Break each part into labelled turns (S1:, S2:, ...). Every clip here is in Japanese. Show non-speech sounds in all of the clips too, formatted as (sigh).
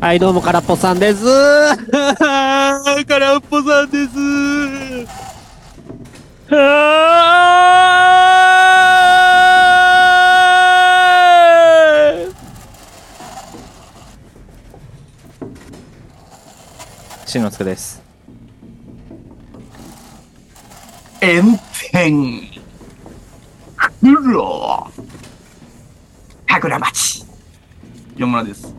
S1: はい、どうも、からっぽさんです。からっぽさんです。はーい
S2: しのつくです。
S3: 炎天黒神楽町山村です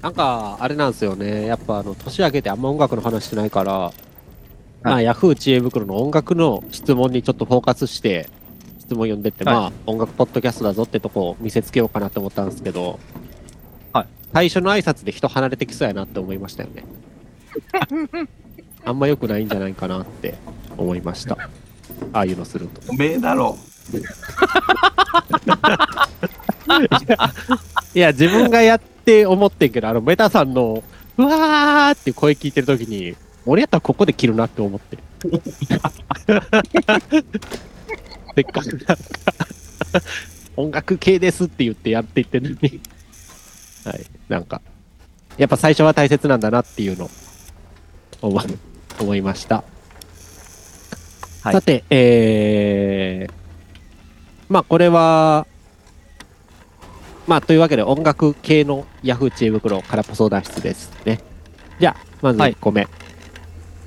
S1: なんか、あれなんですよね。やっぱ、あの、年明けてあんま音楽の話してないから、まあ、ヤフー知恵袋の音楽の質問にちょっとフォーカスして、質問読んでって、
S2: はい
S1: まあ、音楽ポッドキャストだぞってとこを見せつけようかなと思ったんですけど、
S2: はい。
S1: 最初の挨拶で人離れてきそうやなって思いましたよ
S2: (laughs)
S1: ね。あんま良くないんじゃないかなって思いました。ああいうのすると。
S3: おめえだろ
S1: いや、自分がやって思ってんけど、あの、メタさんの、うわーって声聞いてるときに、俺やったらここで切るなって思って。せっかくなんか、音楽系ですって言ってやっていってるのに。はい、なんか、やっぱ最初は大切なんだなっていうの、思い、思いました。
S2: はい
S1: さて、えー、まあこれは、まあ、というわけで音楽系のヤフー知恵袋からぽ相談室ですね。じゃあ、まず
S2: はい
S1: 1個目。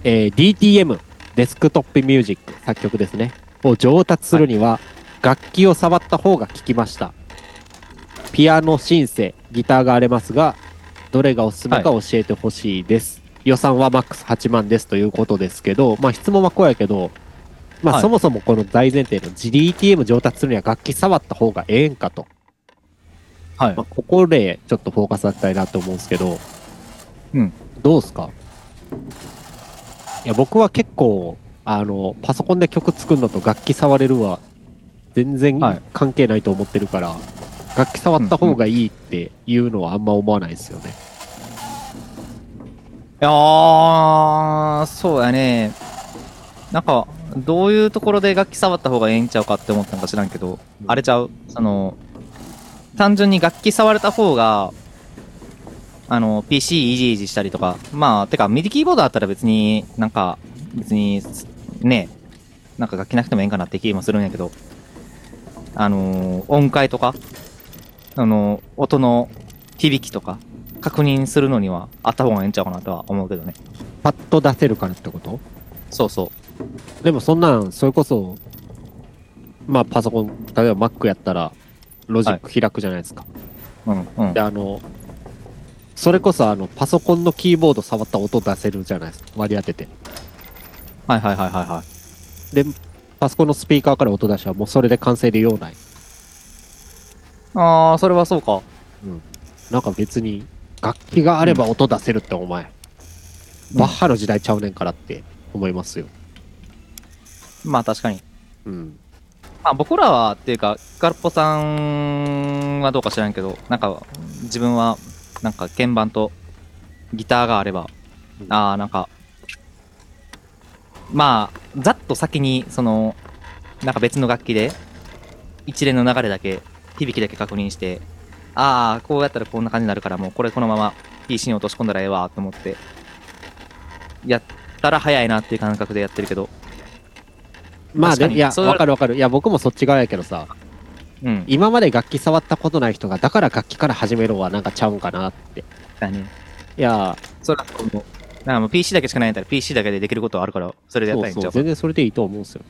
S1: えー DTM、デスクトップミュージック、作曲ですね。を上達するには、楽器を触った方が効きました。ピアノ、シンセ、ギターがありますが、どれがおすすめか教えてほしいです。予算はマックス8万ですということですけど、まあ質問はこうやけど、ま
S2: は
S1: あ
S2: い
S1: そもそもこの大前提の DTM 上達するには楽器触った方がええんかと。
S2: はい
S1: まあ、ここでちょっとフォーカスだったいなと思うんですけど、
S2: うん、
S1: どうですかいや僕は結構あのパソコンで曲作るのと楽器触れるは全然
S2: はい
S1: 関係ないと思ってるから、楽器触った方がいいっていうのはあんま思わないですよね。
S2: いやー、そうやね。なんか、どういうところで楽器触った方がええんちゃうかって思ったんか知らんけど、あれちゃうその、単純に楽器触れた方が、あの、PC いじいじしたりとか、まあ、てか、ミディキーボードあったら別に、なんか、別に、ね、なんか楽器なくてもええんかなって気もするんやけど、あのー、音階とか、あのー、音の響きとか、確認するのにはあった方がええんちゃうかなとは思うけどね。
S1: パッと出せるからってこと
S2: そうそ
S1: でもそんなんそれこそまあパソコン例えば Mac やったらロジック開くじゃないですか。
S2: う。うん、うん
S1: で、。あの、それこそあの、パソコンのキーボード触ったら音出せるじゃないですか。割り当てて。
S2: はいはいはいはいはい。
S1: パソコンのスピーカーから音出したらもうそれで完成で用ない。
S2: ああ、それはそうか。
S1: なんか別に、楽器があれば音出せるってお前、バッハの時代ちゃうねんからって思いますよ。
S2: まあ確かに。
S1: うん。
S2: まあ僕らは、っていうか、ガルポさんはどうか知らんけど、なんか、自分は、なんか鍵盤とギターがあれば、
S1: うん
S2: ああ、なんか、まあ、ざっと先に、その、なんか別の楽器で、一連の流れだけ、響きだけ確認して、ああ、こうやったらこんな感じになるから、もうこれこのまま PC に落とし込んだらええわ、と思って、やったら早いなっていう感覚でやってるけど、
S1: まあ
S2: 確か
S1: ね、
S2: に
S1: いや、
S2: それは
S1: わかるわかる。いや、僕もそっち側やけどさ、
S2: うん。
S1: 今まで楽器触ったことない人が、だから楽器から始めろはなんかちゃうんかなって。
S2: だね。
S1: いや、
S2: そら、もう、なんかもう PC だけしかないんだったら PC だけでできることはあるから、それでやっ
S1: そ
S2: た
S1: う
S2: らいいんち
S1: そう、
S2: ゃうか。
S1: 全然それでいいと思うんですよ。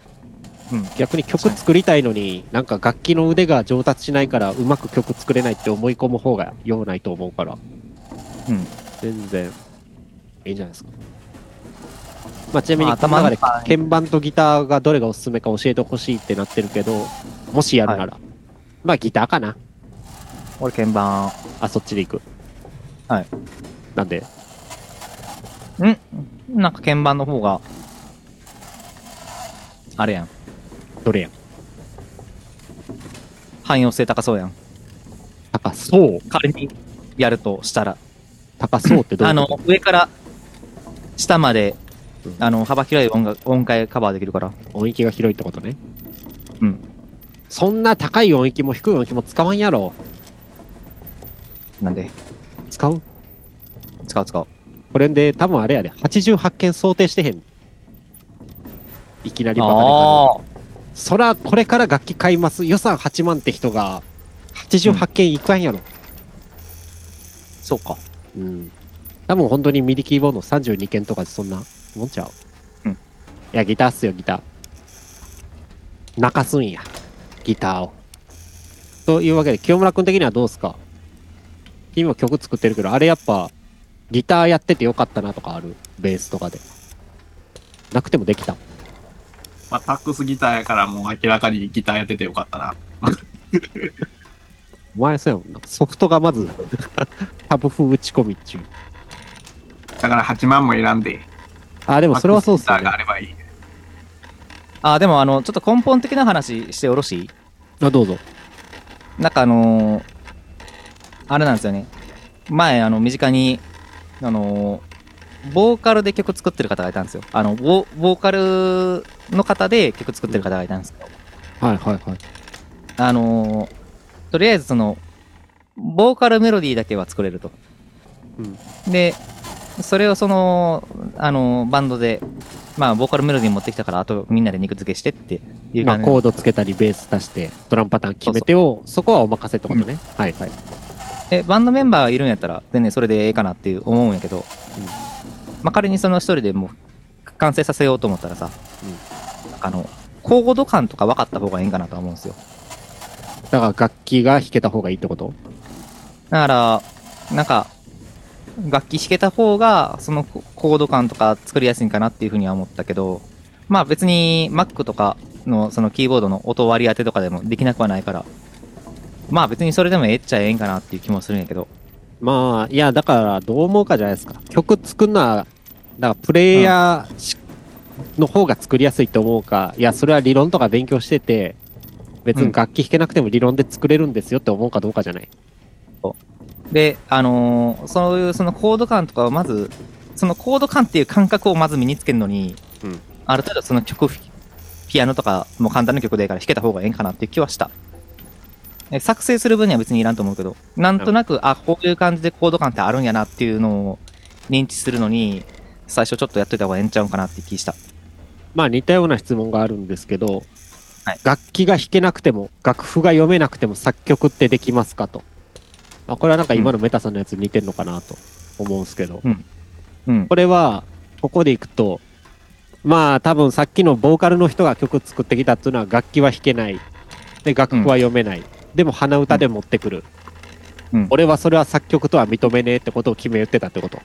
S2: うん
S1: 逆に曲作りたいのに、なんか楽器の腕が上達しないから、うまく曲作れないって思い込む方が用ないと思うから、
S2: うん。
S1: 全然、いいんじゃないですか。まあ、ちなみ
S2: まあ
S1: に、この中で
S2: 頭の
S1: 鍵盤とギターがどれがおすすめか教えてほしいってなってるけど、もしやるなら、まあ、ギターかな。
S2: 俺鍵盤。
S1: あ、そっちで行く。
S2: はい。
S1: なんで、
S2: んなんか鍵盤の方が、あれやん。
S1: どれやん。
S2: 汎用性高そうやん。
S1: 高そう。
S2: 仮にやるとしたら。
S1: 高そうってどうい
S2: あ
S1: う
S2: の
S1: こと、
S2: 上から下まで
S1: うん、
S2: あの、幅広い音楽、音階カバーできるから。
S1: 音域が広いってことね。
S2: うん。
S1: そんな高い音域も低い音域も使わんやろ。
S2: なんで、
S1: 使う
S2: 使う使う。
S1: これで多分あれやで、88件想定してへん。いきなりバカでか
S2: ああ、
S1: い。そら、これから楽器買います。予算8万って人が、88件いくわんやろ。
S2: そうか。
S1: うん。多分本当にミディキーボード32件とかでそんなもんちゃう。
S2: うん
S1: いや、ギターっすよ、ギター。泣かすんや。ギターを。というわけで、清村くん的にはどうっすか今曲作ってるけど、あれやっぱ、ギターやっててよかったなとかあるベースとかで。なくてもできた。
S3: まあ、タックスギターやからもう明らかにギターやっててよかったな。
S1: お前そうやもんな。ソフトがまず、 (laughs) タブ風打ち込みっちゅう。
S3: だから8万も選んで、
S1: あ、でもそれはそうっす
S3: タッ
S1: よ
S3: クスギター
S1: ね
S3: があ。ればいい。
S2: ああ、でもあの、ちょっと根本的な話してよろしい
S1: あ、どうぞ。
S2: なんかあのーあれなんですよね。前、あの、身近に、あのーボーカルで曲作ってる方がいたんですよ。あの、ボボーカルの方で曲作ってる方がいたんですけど、
S1: はいはいはい。
S2: あのーとりあえずその、ボーカルメロディーだけは作れると。で、それをその、あのーバンドで、まあ、ボーカルメロディー持ってきたから、あとみんなで肉付けしてっていう
S1: まあ、
S2: 感じ
S1: コードつけたり、ベース足して、ドラムパターン決めてを、そこはお任せってことね。はいはい。
S2: えバンドメンバーがいるんやったら全然それでええかなっていう思うんやけど、まあ、仮にその一人でもう完成させようと思ったらさ、なんかあのコード感とか分かった方がいいんかなとは思うんですよ
S1: だから楽器が弾けた方がいいってこと
S2: だからなんか楽器弾けた方がそのココード感とか作りやすいんかなっていうふうには思ったけどまあ別に Mac とかのそのキーボードの音割り当てとかでもできなくはないからまあ別にそれでもええっちゃええんかなっていう気もするんやけど
S1: まあ、いや、だから、どう思うかじゃないですか。曲作るのは、だから、プレイヤーしの方が作りやすいと思うか、いや、それは理論とか勉強してて、別に楽器弾けなくても理論で作れるんですよって思うかどうかじゃない。
S2: で、あのーそういうそのコード感とかをまず、そのコード感っていう感覚をまず身につけるのに、
S1: うん
S2: ある程度その曲、ピアノとかも簡単な曲でいいから弾けた方がええんかなっていう気はした。え作成する分には別にいらんと思うけど、なんとなく、あ、こういう感じでコード感ってあるんやなっていうのを認知するのに、最初ちょっとやっといた方がええんちゃうんかなって気した。
S1: まあ似たような質問があるんですけど、
S2: はい
S1: 楽器が弾けなくても楽譜が読めなくても作曲ってできますかと、まあ、これはなんか今のメタさんのやつに似てるのかなと思うんですけど、
S2: うん。
S1: これはここでいくとまあ多分さっきのボーカルの人が曲作ってきたっていうのは楽器は弾けないで楽譜は読めない、でも鼻歌で持ってくる、
S2: うん
S1: 俺はそれは作曲とは認めねえってことを決め言ってたってこと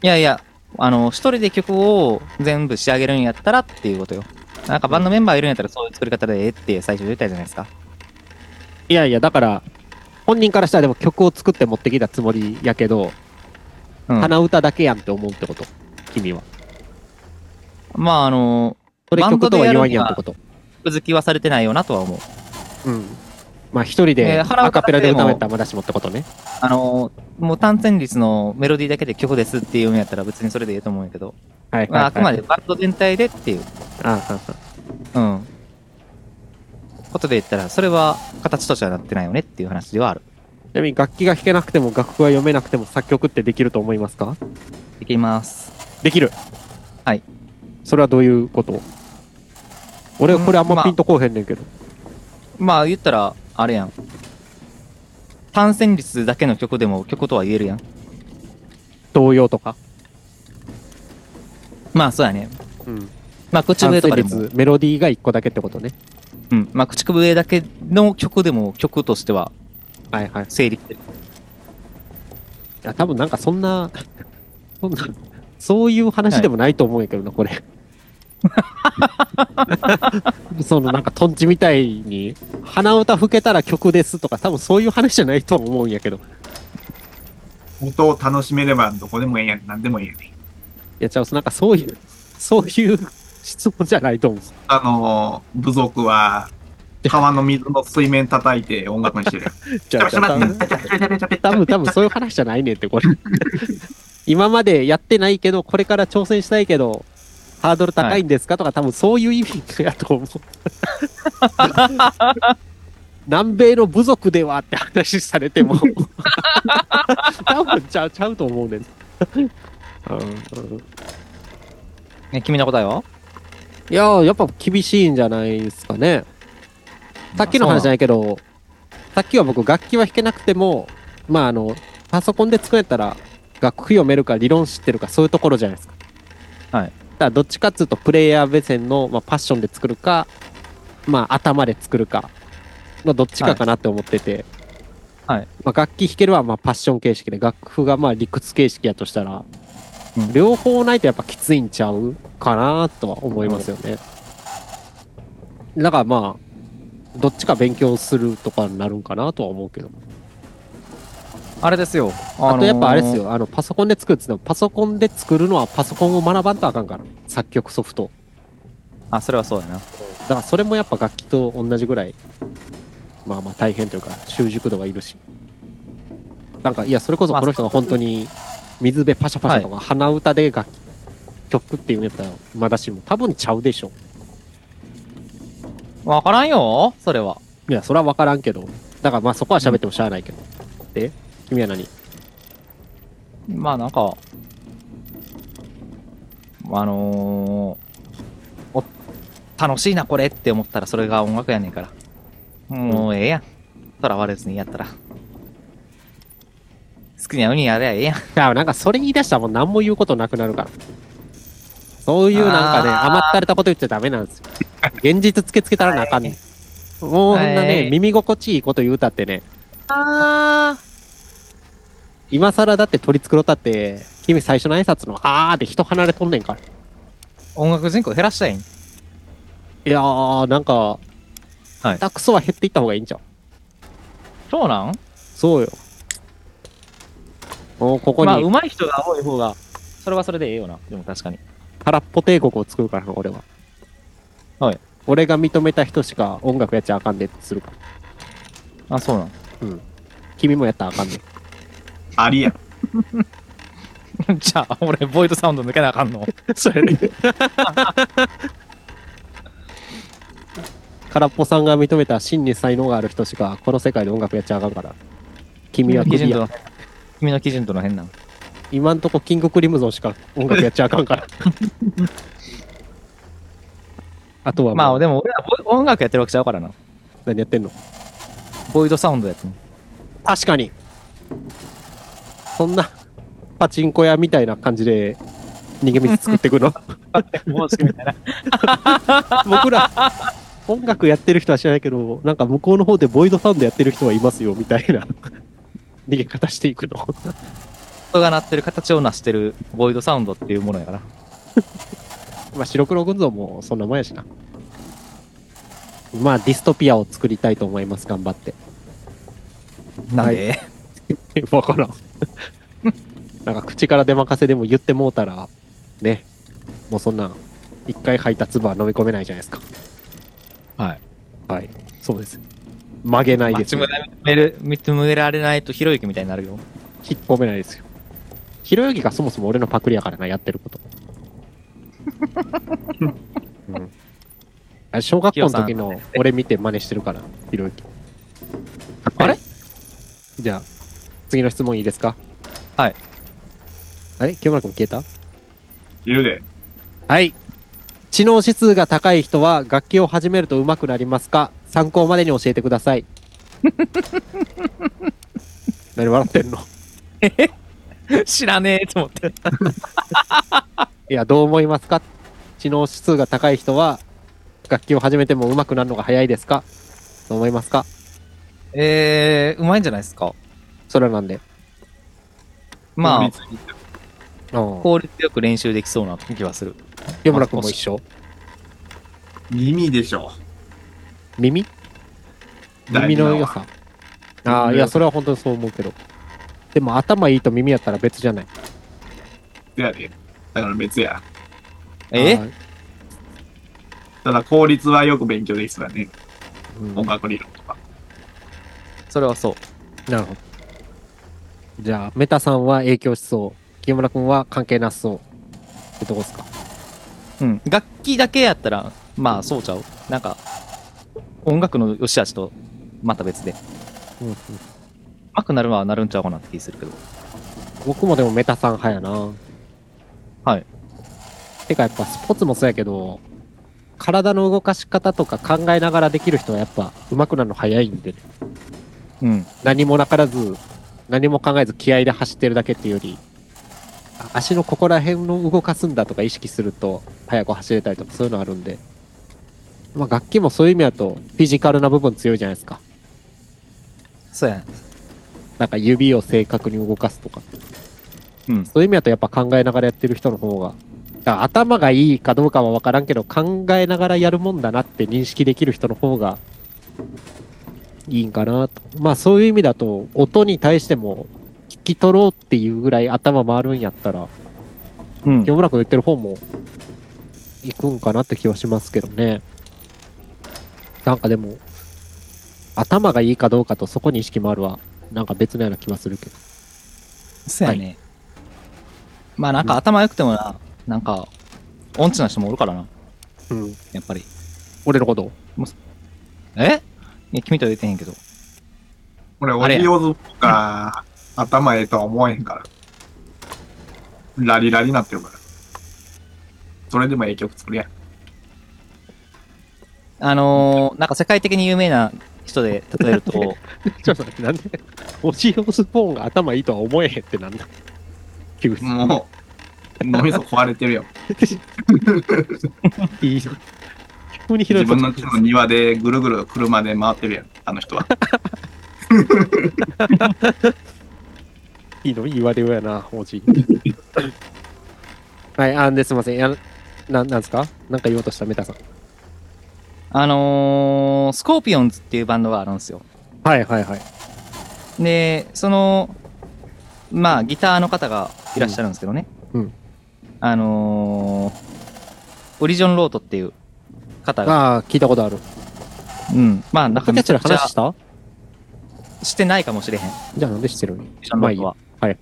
S2: いやいや、あの、一人で曲を全部仕上げるんやったらっていうことよ。なんかバンドメンバーいるんやったらそういう作り方でええって最初言ったじゃないですか。
S1: いやいやだから本人からしたらでも曲を作って持ってきたつもりやけど、
S2: うん、
S1: 鼻歌だけやんって思うってこと君は。
S2: まああの、
S1: それ
S2: バンド
S1: 曲
S2: で
S1: とは
S2: や
S1: 言
S2: る
S1: わん
S2: に
S1: やんっ
S2: は
S1: てこと。
S2: 続きはされてないよなとは思う。
S1: うん。まあ一人
S2: え
S1: で
S2: ー鼻
S1: ア
S2: 歌
S1: カ
S2: だけ
S1: ペ
S2: でも
S1: ラで歌うんやったらまだしもってことね。
S2: あの、もう単旋律のメロディーだけで曲ですっていうんやったら別にそれでいいと思うんやけど、
S1: はいはい、はい
S2: まあ、あくまでバンド全体でっていう、
S1: ああああ
S2: うん。ことで言ったら、それは形としてはなってないよねっていう話ではある。
S1: ちなみに楽器が弾けなくても楽譜が読めなくても作曲ってできると思いますか
S2: いきます。
S1: できる。
S2: はい。
S1: それはどういうこと俺はこれあん
S2: うんま
S1: ま
S2: あ
S1: ピンとこうへんねんけど。
S2: まあ言ったら、あれやん。単旋律だけの曲でも曲とは言えるやん。
S1: 童謡とか。
S2: まあそうやね。
S1: うん。
S2: まあ口笛とかでも。
S1: メロディーが一個だけってことね。
S2: うん。まあ口笛だけの曲でも曲としては
S1: はいはい。い
S2: 成立してる
S1: や、多分なんかそんな、そんな、そういう話でもないと思うんやけどな、これ。そのなんかトンチみたいに、鼻歌吹けたら曲ですとか、多分そういう話じゃないと思うんやけど。い
S3: 音を楽しめればどこでもええやん、何でもええやん。
S1: や、ちゃう、なんかそういう、そういう質問じゃないと思うんです。
S3: あのー、部族は、川の水の水面叩いて音楽にしてるやん。
S1: じゃあ、じゃあ多分多分、多分そういう話じゃないねんって、 (laughs) これ。今までやってないけど、これから挑戦したいけど、ハードル高いんですかとか、多分そういう意味やと思う。南米の部族ではって話されて (laughs) も多分ちゃうちゃうと思うねん、うんうん
S2: ね、君の答えはい
S1: やーやっぱ厳しいんじゃないですかねさっきの話じゃないけどさっきは僕楽器は弾けなくてもまああのパソコンで作れたら楽譜読めるか理論知ってるかそういうところじゃないですか
S2: はい
S1: だからどっちかっつうとプレイヤー目線の、まあ、パッションで作るかまあ頭で作るかのどっちかかなって思ってて、
S2: はいはい
S1: まあ、楽器弾けるはまあパッション形式で楽譜がまあ理屈形式やとしたら、
S2: うん
S1: 両方ないとやっぱきついんちゃうかなとは思いますよねだからまあどっちか勉強するとかになるんかなとは思うけど
S2: あれですよ、
S1: あ
S2: の
S1: と
S2: ー
S1: やっぱあれですよ、あのパソコンで作るっつっても、パソコンで作るのはパソコンを学ばんとあかんから、作曲ソフト。
S2: あそれはそうやな
S1: だからそれもやっぱ楽器と同じぐらい、まあまあ大変というか、習熟度がいるし。なんか、いや、それこそこの人が本当に、水辺パシャパシャとか、鼻歌で楽器、曲っていうんやったら、まだしも、多分ちゃうでしょ。
S2: わからんよそれはい
S1: や、それは分からんけど、だからまあそこは喋ってもしゃあないけど。で、君は何
S2: まあなんかあのーお楽しいなこれって思ったらそれが音楽やねんからもうええやんとらわれずにやったら好きなようにやればええやん
S1: いや、なんかそれ言い出したらもう何も言うことなくなるから。そういうなんかね、
S2: あー
S1: 甘ったれたこと言っちゃダメなんですよ。現実つけつけたらなあかんねん。もうそんな
S2: は
S1: ね、
S2: い
S1: 耳心地いいこと言うたってね、
S2: あ
S1: 今更だって取り繕ったって、君最初の挨拶のあーって人離れとんねんから。
S2: 音楽人口減らしたいん
S1: いやー、なんか、
S2: はい
S1: 下手くそは減っていった方がいいんちゃう
S2: そうなん
S1: そうよ。もうここ
S2: まあ
S1: に
S2: 上手い人が多い方がそれはそれでええよなでも確かに
S1: 空っぽ帝国を作るからな、俺は。
S2: はい。
S1: 俺が認めた人しか音楽やっちゃあかんでってするから。
S2: あそうなん
S1: 君もやったらあかんねん。
S3: ありや。
S2: (laughs) じゃあ、俺、ボイドサウンド抜けなあかんの。
S1: それね。空っぽさんが認めた真に才能がある人しかこの世界で音楽やっちゃあかんから。君はク
S2: 基準
S1: リ
S2: と
S1: ア。
S2: の、君の基準との変なの。
S1: 今んとこキングクリムゾンしか音楽やっちゃあかん
S2: (laughs)
S1: から。あとは
S2: ま
S1: ま
S2: あ、
S1: あ、
S2: でも、俺らボイ音楽やってるわけちゃうからな。
S1: 何やってんの
S2: ボイドサウンドやってんの
S1: 確かに。そんなパチンコ屋みたいな感じで逃げ道作ってくの
S2: (laughs) 帽子みたいな。
S1: 僕ら音楽やってる人は知らないけど、なんか向こうの方でボイドサウンドやってる人はいますよみたいな (laughs) 逃げ方していくの。 (laughs)
S2: 音が鳴ってる形を成してるボイドサウンドっていうものやから。
S1: まあ、白黒群像もそんなもんやしな。まあ、ディストピアを作りたいと思います、頑張って。 (laughs)
S2: なんで、
S1: わからん。 (laughs) なんか、口から出まかせでも言ってもうたら、ね、もうそんなん、一回吐いた唾は飲み込めないじゃないですか。
S2: はい。
S1: はい。そうです。曲げない
S2: まあ
S1: です
S2: 認
S1: よ。
S2: める認められないとひろゆきみたいになるよ。
S1: 引っ込めないですよ。ひろゆきがそもそも俺のパクリやからな、やってる
S2: (laughs)
S1: こと。うんあ小学校の時の俺見て真似してるから、ひろゆき。
S2: あれ
S1: じゃあ、次の質問いいですか
S2: はい。
S1: あれ清村君消えた
S3: いるで。
S1: はい。知能指数が高い人は楽器を始めると上手くなりますか参考までに教えてくださ
S2: (laughs)
S1: い。何笑ってんの
S2: (laughs) 知らねえと思って。
S1: いや、どう思いますか知能指数が高い人は楽器を始めても上手くなるのが早いですかどう思いますか
S2: えー、うまいんじゃないですか。
S1: それなんで。
S2: まあ
S3: 法律、に
S1: うん
S2: 効率よく練習できそうな気はする。
S1: 清村君も一緒。
S3: 耳でしょ。
S1: 耳耳の良さ。ああ、いや、それは本当にそう思うけど。でも頭いいと耳やったら別じゃない。
S3: 大事なのはやで。だから別や。
S2: え
S1: あー
S3: ただ効率はよく勉強できそうだね。
S1: うん
S3: 音楽理論とか。
S2: それはそう。
S1: なるほど。じゃあ、メタさんは影響しそう。清村くんは関係なさそう。ってとこですか。
S2: うん、楽器だけやったらまあそうちゃうなんか音楽の良し悪しとまた別で。
S1: うんうん
S2: うまくなるはなるんちゃうかなって気するけど。
S1: 僕もでもメタさん派やな。
S2: はい。
S1: てかやっぱスポーツもそうやけど、体の動かし方とか考えながらできる人はやっぱ上手くなるの早いんでね。
S2: うん。
S1: 何もなからず、何も考えず気合で走ってるだけっていうより、あ足のここら辺の動かすんだとか意識すると、早く走れたりとかそういうのあるんで。まあ楽器もそういう意味だと、フィジカルな部分強いじゃないですか。
S2: そうやね。
S1: なんか指を正確に動かすとか。
S2: うん。
S1: そういう意味だとやっぱ考えながらやってる人の方が、だから頭がいいかどうかは分からんけど、考えながらやるもんだなって認識できる人の方がいいんかなと。まあそういう意味だと、音に対しても聞き取ろうっていうぐらい頭回るんやったら、
S2: うん。
S1: 清村君言ってる方も行くんかなって気はしますけどね。なんかでも、頭がいいかどうかとそこに意識もあるは、なんか別のような気はするけど。
S2: そうやね。まあなんか頭良くてもな、なんか、音痴な人もおるからな、
S1: うん。
S2: やっぱり。
S1: 俺のこと
S2: えいや、君とは言ってへんけど。
S3: 俺、
S2: あ
S3: オ
S2: れや
S3: リオズとか、頭ええとは思えへんから。ラリラリなってるから。それでもええ曲作るやん。
S2: あのー、なんか世界的に有名な人で例える (laughs) と、
S1: (laughs) ちょっと待って、なんで、オシオスポーンが頭いいとは思えへんってなんだ。急に。
S3: もう、脳みそ壊れてるよ。
S1: いいじゃん。急に (laughs)
S3: 自
S1: 広い
S3: 分の家の庭でぐるぐる車で回ってるやん、あの人は。
S1: いいの言われようやな、おじい。はい、あんですいません。やななんですかなんか言おうとしたメタさん。
S2: あのー、スコーピオンズっていうバンドがあるんですよ。
S1: はいはいはい。
S2: で、その、まあ、ギターの方がいらっしゃるんですけどね。
S1: うんうん
S2: あのー、オリジョン・ロートっていう方が、
S1: ああ、聞いたことある。
S2: うん。まあ、な
S1: なんん
S2: か
S1: か
S2: め
S1: キャッ
S2: ち
S1: チの
S2: ゃくちゃ
S1: 話した
S2: してないかもしれへん。
S1: じゃあなんで知ってるの
S2: オリジョン・ロート
S1: ま
S2: は。
S1: あいいよ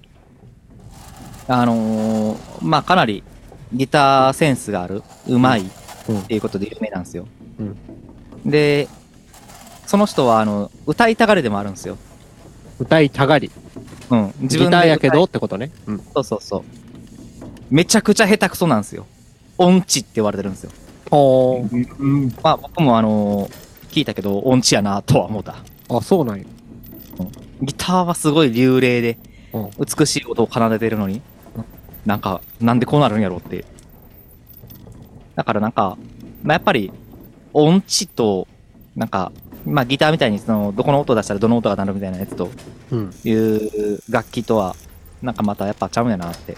S2: あのー、まあ、かなりギターセンスがある、うまいっていうことで有名なんですよ。
S1: うん
S2: で、その人は、あの、歌いたがりでもあるんですよ。
S1: 歌いたがり。
S2: うん。
S1: ギ
S2: 自
S1: タ
S2: で歌
S1: ー
S2: い
S1: やけどってことね。うん。
S2: そうそうそう。めちゃくちゃ下手くそなんですよ。音痴って言われてるんですよ。
S1: ほ
S3: うん、
S2: まあ僕もあのー聞いたけど音痴やなとは思った。
S1: あ、そうなんや。
S2: ギターはすごい流麗で
S1: うん、
S2: 美しい音を奏でてるのに
S1: うん、
S2: なんか、なんでこうなるんやろうって。だからなんか、まあ、やっぱり、音痴と、なんか、まあギターみたいにその、どこの音を出したらどの音が鳴るみたいなやつと
S1: うん。
S2: いう楽器とは、なんかまたやっぱちゃうんやなって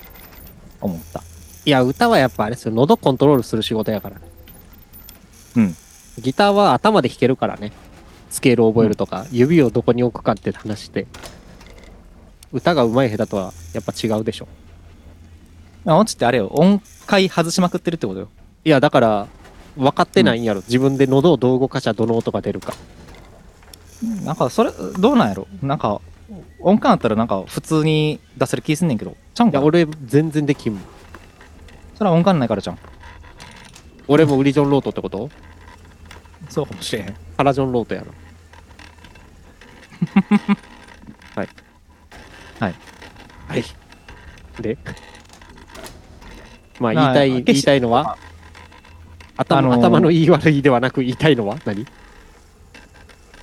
S2: 思った。
S1: いや、歌はやっぱあれですよ。喉コントロールする仕事やから。
S2: うん。
S1: ギターは頭で弾けるからね。スケールを覚えるとか、指をどこに置くかって話して。歌が上手い下手とはやっぱ違うでしょ。
S2: まあ音痴ってあれよ、音階外しまくってるってことよ。
S1: いや、だから、分かってないんやろ。自分で喉をどう動かしたらどの音が出るか。
S2: なんかそれ、どうなんやろなんか、音感あったらなんか普通に出せる気すんねんけど。ちゃうん
S1: い
S2: か
S1: や、
S2: な
S1: 俺、全然できんもん。
S2: それは音感ないからじゃん。
S1: 俺もウリジョンロートってこと
S2: そうかもしれへん。
S1: ハラジョンロートや
S2: (laughs)
S1: ろ。はい。
S2: はい。
S1: はい。でまあ、
S2: ま
S1: 言
S2: あ
S1: いたい、
S2: 決
S1: 言
S2: し
S1: いたいのは頭,、
S2: あのー
S1: 頭の言い悪いではなく言いたいのは何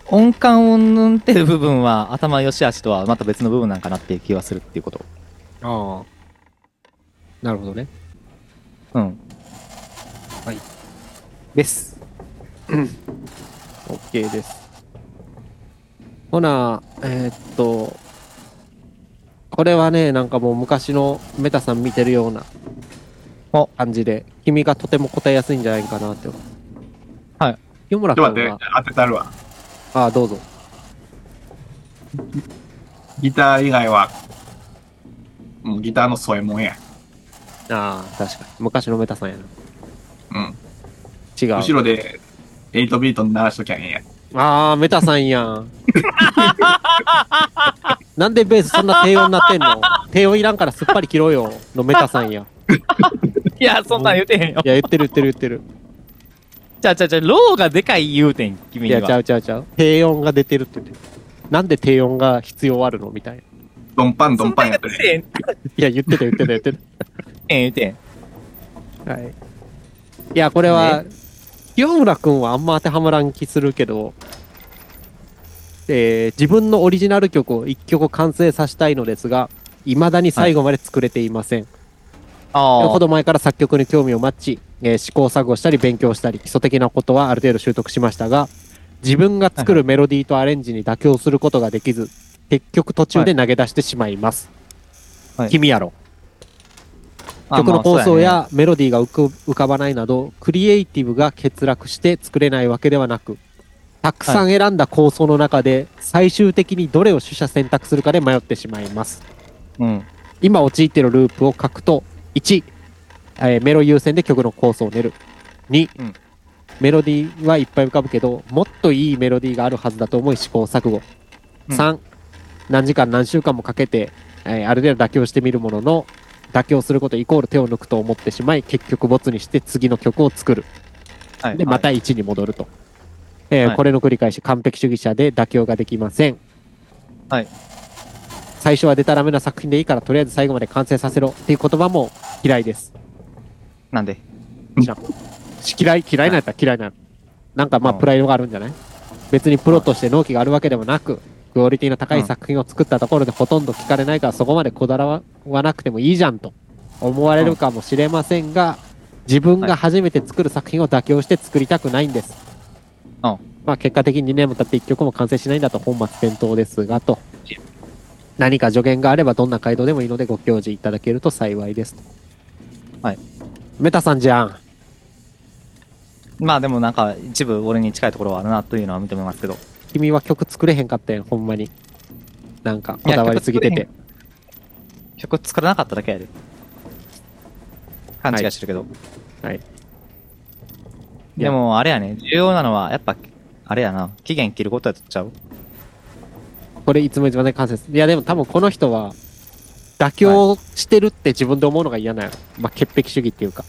S2: 音感をぬんってる部分は頭良し悪しとはまた別の部分なんかなっていう気はするっていうこと。
S1: ああ。なるほどね。
S2: うん。
S1: はい。 (laughs)
S2: です。
S1: OK です。ほな、えーっと、これはね、なんかもう昔のメタさん見てるような
S2: お
S1: 感じで、君がとても答えやすいんじゃないかなって思う。
S2: はい。
S1: 清村
S3: ちょっ
S1: 君
S3: と待っ
S1: は
S3: て、、当てたるわ。
S1: ああ、どうぞ。
S3: ギター以外は、もうギターの添えもんや。
S1: ああ、確かに。昔のメタさんやな。
S3: うん。
S1: 違う。
S3: 後ろで、8ビート鳴らしときゃええんや。
S1: ああ、メタさんやん。 (laughs) なんでベースそんな低音なってんの低音いらんからすっぱり切ろうよ。のメタさんや。
S2: いや、そんなん言うてへんよ。
S1: いや、言ってる言ってる言ってる。
S2: じゃあじゃあじゃあ、ローがでかい言うてん、君
S1: い
S2: には。
S1: や、ちゃうちゃうちゃう。低音が出てるって言ってるなんで低音が必要あるのみたいな。
S3: ドンパンドンパンやってる。
S2: てん。
S1: いや、言ってた言ってた言って
S2: ええてん。 (laughs)
S1: た。はい。いや、これは、清村くんはあんま当てはまらん気するけど、えー自分のオリジナル曲を一曲完成させたいのですが、未だに最後まで作れていません。
S2: あ
S1: ほ
S2: あ。
S1: ど前から作曲に興味を持ち、えー試行錯誤したり勉強したり基礎的なことはある程度習得しましたが自分が作るメロディーとアレンジに妥協することができず、結局途中で投げ出してしまいます、
S2: はい
S1: 君やろ
S2: あ
S1: 曲の構想、
S2: まあ
S1: やメロディーが浮く浮かばないなどクリエイティブが欠落して作れないわけではなくたくさん選んだ構想の中で、最終的にどれを取捨選択するかで迷ってしまいます
S2: そうやね
S1: 今陥っているループを書くと1、えーメロ優先で曲の構想を練る2、
S2: うん
S1: メロディーはいっぱい浮かぶけどもっといいメロディーがあるはずだと思い試行錯誤、
S2: うん
S1: 3何時間何週間もかけて、えーある程度妥協してみるものの妥協することイコール手を抜くと思ってしまい結局ボツにして次の曲を作る
S2: うん。はい。
S1: でまた
S2: はい
S1: 1に戻ると、えー
S2: はい
S1: これの繰り返し完璧主義者で妥協ができません
S2: はい
S1: 最初はデタラメな作品でいいからとりあえず最後まで完成させろっていう言葉も嫌いです
S2: なんで
S1: し嫌い嫌いなやったら嫌いなのなんかまあ
S2: うん
S1: プライドがあるんじゃない別にプロとして納期があるわけでもなくクオリティの高い作品を作ったところでほとんど聞かれないからそこまでこだわらなくてもいいじゃんと思われるかもしれませんが自分が初めて作る作品を妥協して作りたくないんです、
S2: うん
S1: まあ結果的に2年も経って1曲も完成しないんだと本末転倒ですがと何か助言があればどんな回答でもいいのでご教示いただけると幸いですと
S2: はい
S1: メタさんじゃん
S2: まあでもなんか、一部俺に近いところはあるなというのは認めますけど。
S1: 君は曲作れへんかったやん、ほんまに。なんか、こだわりすぎて
S2: いや
S1: て。
S2: 曲作らなかっただけやで。勘違いしてるけど。
S1: はい。
S2: でも、あれやね、重要なのは、やっぱ、あれやな、期限切ることやっちゃう
S1: これいつもいつまで完成する。いや、でも多分この人は、妥協してるって自分で思うのが嫌なの。まあ、潔癖主義っていうか。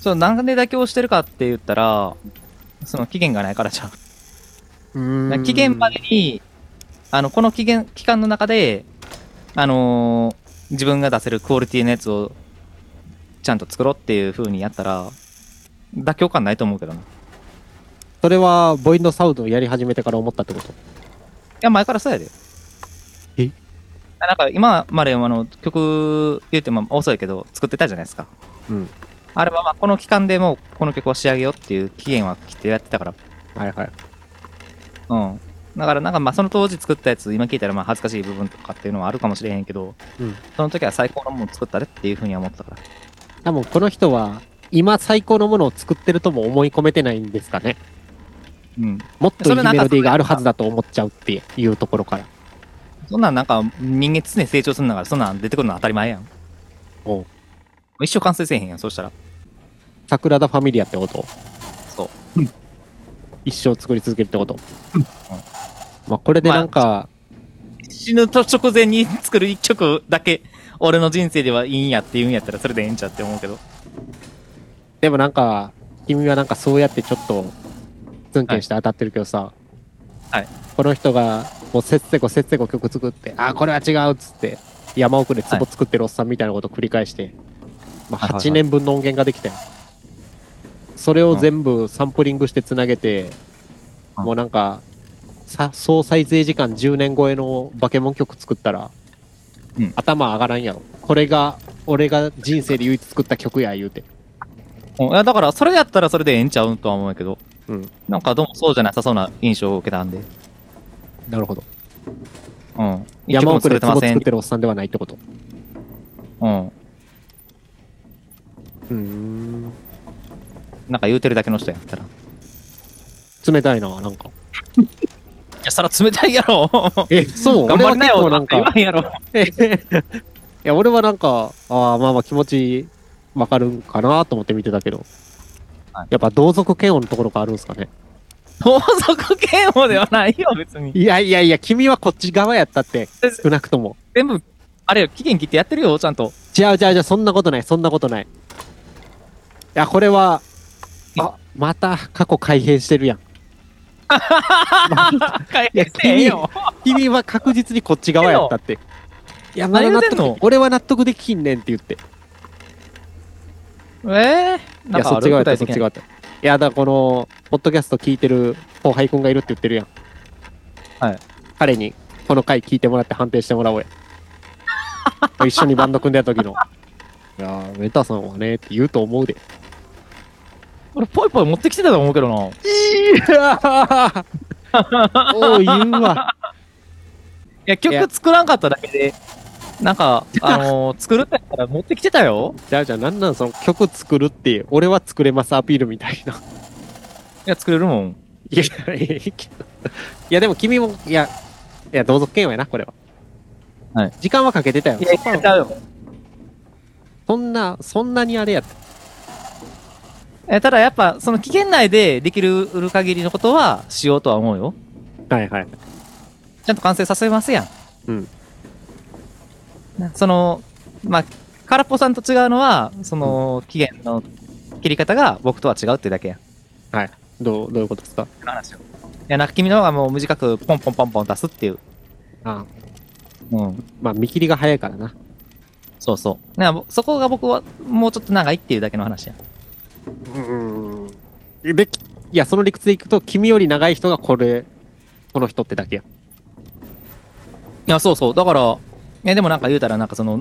S2: そう、なんで妥協してるかって言ったら、その期限がないからじゃう。期限までに、あの、この期限、期間の中で、あのー自分が出せるクオリティのやつを、ちゃんと作ろうっていう風にやったら、妥協感ないと思うけどな。い
S1: それは、ボインドサウンドをやり始めてから思ったってこと。
S2: や、前からそうやで。
S1: え
S2: あなんか、今まで、あの、曲、言うても遅いけど、作ってたじゃないですか。
S1: うん。
S2: あれは、まあ、この期間でもう、この曲を仕上げようっていう期限は切ってやってたから、
S1: はいはい。
S2: うん。だからなんかまあその当時作ったやつ今聞いたらまあ恥ずかしい部分とかっていうのはあるかもしれへんけど、
S1: うん
S2: その時は最高のものを作ったでっていうふうには思ってたから。
S1: 多分この人は、今最高のものを作ってるとも思い込めてないんですかね。
S2: うん。
S1: もっとい
S2: そ
S1: い
S2: れなん
S1: メ
S2: か
S1: ロディーがあるはずだと思っちゃうっていうところから。
S2: そんなんなんか人間常に成長するんだからそんなん出てくるのは当たり前やん。
S1: おう
S2: 一生完成せえへんやん、そうしたら。
S1: 桜田ファミリアってこと
S2: そう。
S1: 一生作り続けるってこと、
S3: うん
S1: まあこれでなんか、
S2: 死ぬと直前に作る一曲だけ俺の人生ではいいんやって言うんやったらそれでええんちゃうって思うけど。
S1: でもなんか君はなんかそうやってちょっとツンケンして当たってるけどさ、
S2: はい
S1: この人がもうせっせこせっせこ曲作ってあーこれは違うっつって山奥で壺作ってるおっさんみたいなことを繰り返して、ま
S2: はい
S1: あ、
S2: はいはい
S1: 8年分の音源ができたよ、それを全部サンプリングしてつなげて、
S2: うん
S1: もうなんかさ総再生時間10年超えのバケモン曲作ったら、
S2: うん
S1: 頭上がらんやろこれが俺が人生で唯一作った曲や言うて
S2: うんいやだからそれやったらそれでええんちゃうとは思うけど、
S1: うん
S2: なんかどうもそうじゃなさそうな印象を受けたんで。
S1: なるほど
S2: うん。一曲
S1: 山
S2: も
S1: 奥
S2: 作
S1: で
S2: れてま
S1: 壺
S2: せ
S1: 作
S2: ん
S1: っ。てるおっさんではないってこと
S2: うん。
S1: うん
S2: なんか言うてるだけの人やったら。い
S1: 冷たいななんか
S2: や、そら冷たい
S1: (laughs)
S2: やろ
S1: えそう
S2: 頑張りなよ
S1: 俺
S2: な
S1: は
S2: ん
S1: 結
S2: か
S1: 構
S2: 言
S1: な
S2: わ
S1: んか
S2: んやろ
S1: (laughs) いや俺はなんかああまあまあ気持ちわかるんかなと思って見てたけど、
S2: はい
S1: やっぱ同族嫌悪のところがあるんですかね
S2: 盗賊嫌悪ではないよ、別に。
S1: いやいやいや君はこっち側やったって少なくとも
S2: 全部、あれよ、期限切ってやってるよ、ちゃ
S1: (laughs)
S2: んと。
S1: 違う違う違うそんなことないそんなことないいやこれはあまた過去改変してるやん。
S2: 変
S1: えてええよ。君は確実にこっち側やったって。いや、まだ納
S2: 何言うてんの
S1: 得、俺は納得できひんねんって言って。
S2: ええ
S1: い
S2: なん
S1: や、
S2: か
S1: そ
S2: あ
S1: っ
S2: る
S1: ち側や
S2: 具
S1: った、
S2: 体
S1: そっ
S2: 的
S1: ち
S2: な
S1: 側やった。いや、だからこの、ポッドキャスト聞いてる後輩くんがいるって言ってるやん。
S2: はい。
S1: 彼に、この回聞いてもらって判定してもらおうや。一緒にバンド組んでた時の。いやー、メタさんはね、って言うと思うで。
S2: 俺、ぽいぽい持ってきてたと思うけどな。
S1: いやー (laughs) おう、言うわ。
S2: いや、曲作らんかっただけで、なん (laughs) か、あのー、作るんだったら持ってきてたよ。
S1: じゃあじゃあなんなんその曲作るって、俺は作れますアピールみたいな。
S2: いや、作れるもん。
S1: いや、いいけどいやでも君も、いや、いや、同族嫌悪やな、これは。
S2: はい。
S1: 時間はかけてたよ。
S2: いや、い
S1: そこ
S2: や
S1: は
S2: ちゃうよ。
S1: そんな、そんなにあれやった。
S2: えただやっぱ、その期限内でできる限りのことはしようとは思うよ。
S1: はいはい。
S2: ちゃんと完成させますやん。
S1: うん。
S2: その、まあ、空っぽさんと違うのは、その、期限の切り方が僕とは違うってだけやん。
S1: どう、どういうことですか
S2: 話を。いや、なんか君の方がもう短くポンポンポンポン出すっていう。
S1: あ
S2: うん。
S1: まあ、見切りが早いからな。
S2: そうそう。なんかそこが僕はもうちょっと長いっていうだけの話やん。
S1: うん。で、きいや、その理屈でいくと、君より長い人がこれ、この人ってだけや。
S2: いや、そうそう。だから、え、でもなんか言うたら、なんかその、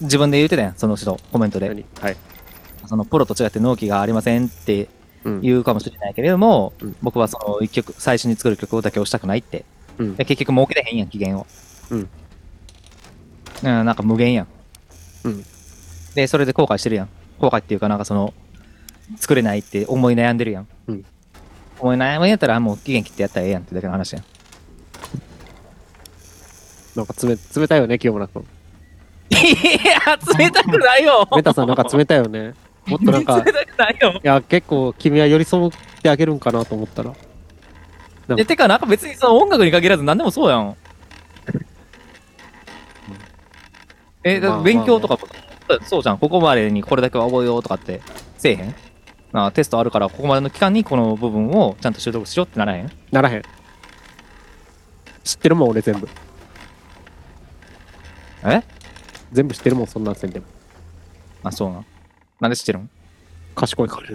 S2: 自分で言うてたやん、その人、コメントで。
S1: 何はい。
S2: その、プロと違って納期がありませんって
S1: うん。
S2: 言うかもしれないけれども、
S1: うん
S2: 僕はその、一曲、最初に作る曲だけ押したくないって。
S1: うん
S2: で、結局儲けれへんやん、期限を。
S1: うん
S2: うん、なんか無限やん。
S1: うん
S2: で、それで後悔してるやん。後悔っていうか、なんかその、作れないって思い悩んでるやん。
S1: うん
S2: 思い悩むんやったら、もう期限切ってやったらええやんってだけの話や
S1: (laughs)
S2: ん。
S1: なんか冷、冷たいよね、清村君。
S2: いや、 (laughs) 冷たくないよ
S1: メタさんなんか冷たいよね。もっとなんか、い
S2: 冷たくないよ。
S1: や、結構君は寄り添ってあげるんかなと思ったら。うん
S2: え、てか、なんか別にその音楽に限らず何でもそうやん。え、だ
S1: まあまあ
S2: 勉強とかも、そうじゃん。ここまでにこれだけは覚えようとかって、せえへんなあテストあるから、ここまでの期間にこの部分をちゃんと習得しようってならへん
S1: ならへん。知ってるもん、俺全部。
S2: え
S1: 全部知ってるもん、そんなんせんでも。
S2: あ、そうなん。なんで知ってるん
S1: 賢いから。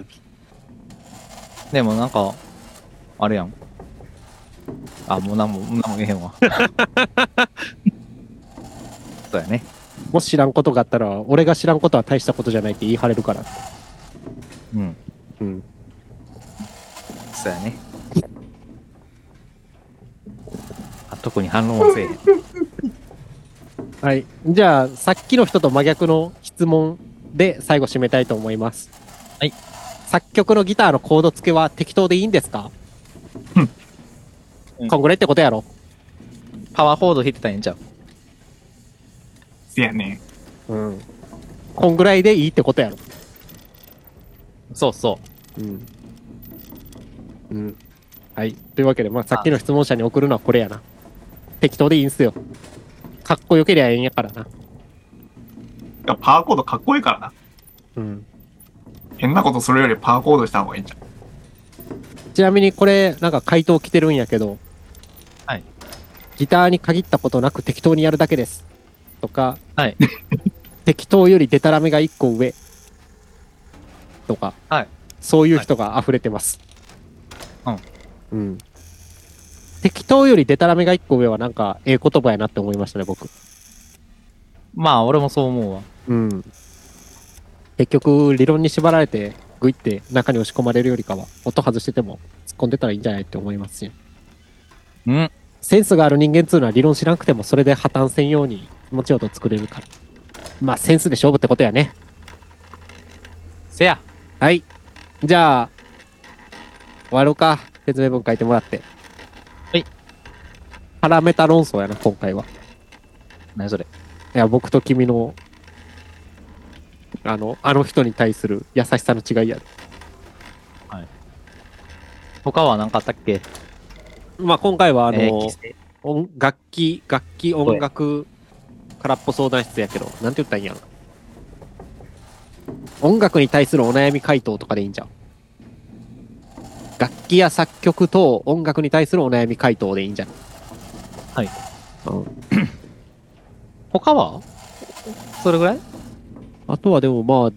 S2: でもなんか、あれやん。あ、もうなんも、なんも言えへんわ。
S1: (laughs)
S2: そうやね。
S1: もし知らんことがあったら、俺が知らんことは大したことじゃないって言い張れるから。
S2: うん。
S1: うん。
S2: そうやね。あ特に反論はせえへん。
S1: はい。じゃあ、さっきの人と真逆の質問で最後締めたいと思います。
S2: はい。
S1: 作曲のギターのコード付けは適当でいいんですか
S2: うん
S1: こんぐらいってことやろ
S2: パワーフォード弾いてたらええんちゃう
S3: せやね
S1: うん。こんぐらいでいいってことやろ
S2: そうそ
S1: うん。うん。はい。というわけで、まあ、さっきの質問者に送るのはこれやな。適当でいいんすよ。かっこよけりゃええんやからな。
S3: いやパワーコードかっこいいからな。
S1: うん。
S3: 変なことするよりパワーコードした方がいいんじゃん。
S1: ちなみにこれ、なんか回答来てるんやけど。
S2: はい。
S1: ギターに限ったことなく適当にやるだけです。とか。
S2: はい。
S1: (laughs) 適当よりデタラメが一個上。とか。
S2: はい。
S1: そういう人が溢れてます。
S2: はい
S1: うん。うん。適当よりデタラメが一個上はなんか、ええ言葉やなって思いましたね、僕。
S2: う。まあ、俺もそう思うわ。
S1: うん。結局、理論に縛られて、グイって中に押し込まれるよりかは、音外してても突っ込んでたらいいんじゃないって思いますし、
S2: うん。
S1: センスがある人間っつうのは理論知らなくても、それで破綻せんように気持ちよく作れるから。まあ、センスで勝負ってことやね。
S2: せや。
S1: はい。じゃあ、終わろうか。説明文書いてもらって。
S2: はい。
S1: パラメータ論争やな、今回は。
S2: 何それ。
S1: いや、僕と君の、あの、あの人に対する優しさの違いや。
S2: 他は何かあったっけ
S1: まあ、今回は、あの、
S2: えー規制
S1: 音楽器楽器音楽空っぽ相談室やけどなんて言ったらいいんやろ音楽に対するお悩み回答とかでいいんじゃん楽器や作曲等音楽に対するお悩み回答でいいんじゃない
S2: はい。
S1: うん、
S2: 他はそれぐらい
S1: あとはでもまあ、基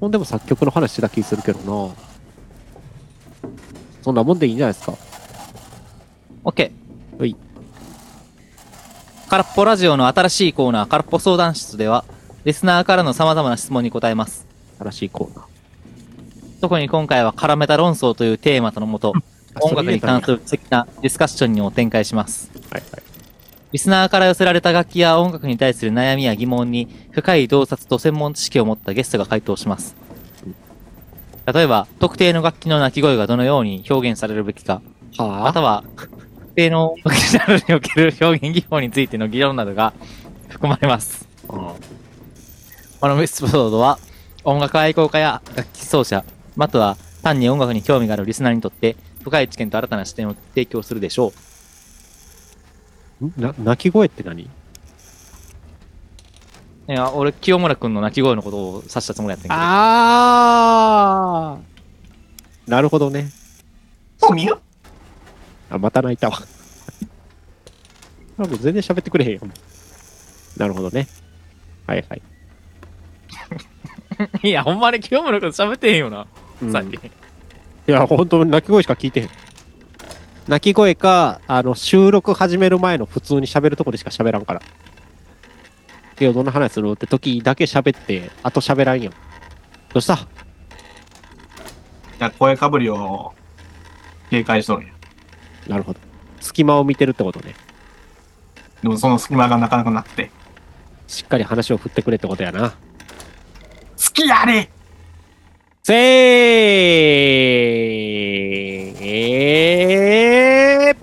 S1: 本でも作曲の話してた気するけどな。そんなもんでいいんじゃないですか。
S2: ?OK。
S1: ほい。
S2: 空っぽラジオの新しいコーナー、空っぽ相談室では、リスナーからの様々な質問に答えます。
S1: 新しいコーナー。
S2: 特に今回は絡めた論争というテーマとのもと、
S1: あ
S2: 音楽に関する素敵なディスカッションにも展開します。リスナーから寄せられた楽器や音楽に対する悩みや疑問に深い洞察と専門知識を持ったゲストが回答します。例えば、特定の楽器の鳴き声がどのように表現されるべきか、
S1: は
S2: ま
S1: あ
S2: たは、特定の音楽ジャンルにおける (laughs) 表現技法についての議論などが含まれます。
S1: うん
S2: このエピソードは、音楽愛好家や楽器奏者、または単に音楽に興味があるリスナーにとって、深い知見と新たな視点を提供するでしょう。
S1: んな、鳴き声って何
S2: いや、俺、清村くんの鳴き声のことを指したつもりやったんや
S1: あーなるほどね。
S3: おみよ
S1: あ、また泣いたわ。あもう全然喋ってくれへんよ。なるほどね。はいはい。
S2: けど。いや、ほんまに清村くん喋ってへんよな、
S1: うん
S2: さっき。
S1: いや、本当に泣き声しか聞いてへん。泣き声か、あの、収録始める前の普通に喋るとこでしか喋らんから。けど、どんな話するって時だけ喋って、あと喋らんよ。どうした
S3: いや、声かぶりを警戒しとるんや。
S1: なるほど。隙間を見てるってことね。
S3: でもその隙間がなかなかなくて。
S1: しっかり話を振ってくれってことやな。
S3: 好きやれ
S1: せーえー